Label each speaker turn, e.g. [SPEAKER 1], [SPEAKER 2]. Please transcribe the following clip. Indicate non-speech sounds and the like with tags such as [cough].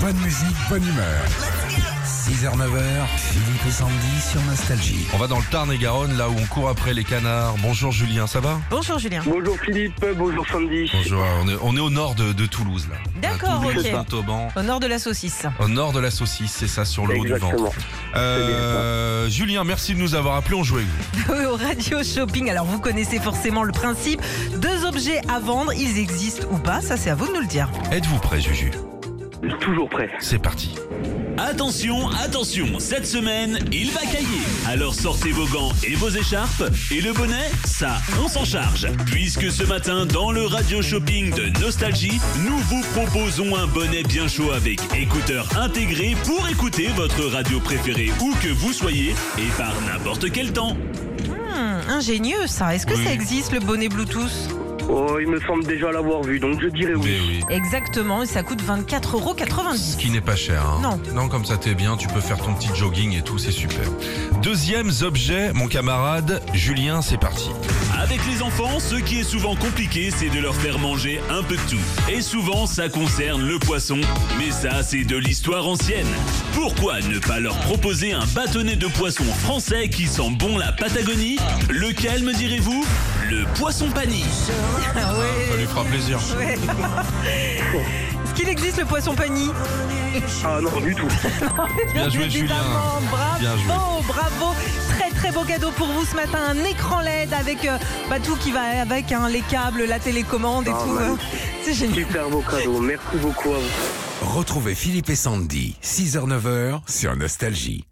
[SPEAKER 1] Bonne musique, bonne humeur. 6h, 9h, Philippe et Sandy sur Nostalgie.
[SPEAKER 2] On va dans le Tarn et Garonne, là où on court après les canards. Bonjour Julien, ça va
[SPEAKER 3] Bonjour Julien.
[SPEAKER 4] Bonjour Philippe, bonjour Sandy.
[SPEAKER 2] Bonjour, on est, on est au nord de, de Toulouse là.
[SPEAKER 3] D'accord,
[SPEAKER 2] Toulouse,
[SPEAKER 3] ok.
[SPEAKER 2] Montauban,
[SPEAKER 3] Au nord de la saucisse. [laughs]
[SPEAKER 2] Au nord de la saucisse, c'est ça, sur le haut du ventre.
[SPEAKER 4] Exactement.
[SPEAKER 2] Euh, Julien, merci de nous avoir appelés, on jouait avec vous.
[SPEAKER 3] Au radio shopping, alors vous connaissez forcément le principe. Deux objets à vendre, ils existent ou pas, ça c'est à vous de nous le dire.
[SPEAKER 2] Êtes-vous prêt Juju
[SPEAKER 4] Toujours prêt.
[SPEAKER 2] C'est parti.
[SPEAKER 5] Attention, attention, cette semaine, il va cailler. Alors sortez vos gants et vos écharpes. Et le bonnet, ça, on s'en charge. Puisque ce matin, dans le radio shopping de Nostalgie, nous vous proposons un bonnet bien chaud avec écouteurs intégrés pour écouter votre radio préférée où que vous soyez et par n'importe quel temps.
[SPEAKER 3] Hum, ingénieux ça. Est-ce que
[SPEAKER 2] Oui.
[SPEAKER 3] ça existe le bonnet Bluetooth
[SPEAKER 4] Oh, il me semble déjà l'avoir vu, donc je dirais oui.
[SPEAKER 2] Mais oui.
[SPEAKER 3] Exactement, et ça coûte 24,90€.
[SPEAKER 2] Ce qui n'est pas cher. hein.
[SPEAKER 3] Non.
[SPEAKER 2] comme ça t'es bien, tu peux faire ton petit jogging et tout, c'est super. Deuxième objet, mon camarade Julien, c'est parti.
[SPEAKER 5] Avec les enfants, ce qui est souvent compliqué, c'est de leur faire manger un peu de tout. Et souvent, ça concerne le poisson, mais ça, c'est de l'histoire ancienne. Pourquoi ne pas leur proposer un bâtonnet de poisson français qui sent bon la Patagonie Lequel me direz-vous Le poisson pani.
[SPEAKER 3] Ah ouais.
[SPEAKER 2] Ça lui fera plaisir.
[SPEAKER 3] Ouais. [laughs] Est-ce qu'il existe le poisson pani
[SPEAKER 4] Ah non, du tout.
[SPEAKER 2] [laughs] Bien joué, Julien.
[SPEAKER 3] Évidemment, Bravo,
[SPEAKER 2] Bien joué.
[SPEAKER 3] bravo. Très très beau cadeau pour vous ce matin. Un écran LED avec euh, bah, tout qui va avec, hein, les câbles, la télécommande et
[SPEAKER 4] Ah,
[SPEAKER 3] tout.
[SPEAKER 4] ouais.
[SPEAKER 3] euh, C'est génial.
[SPEAKER 4] Super beau cadeau, merci beaucoup à vous.
[SPEAKER 1] Retrouvez Philippe et Sandy, 6h, 9h sur Nostalgie.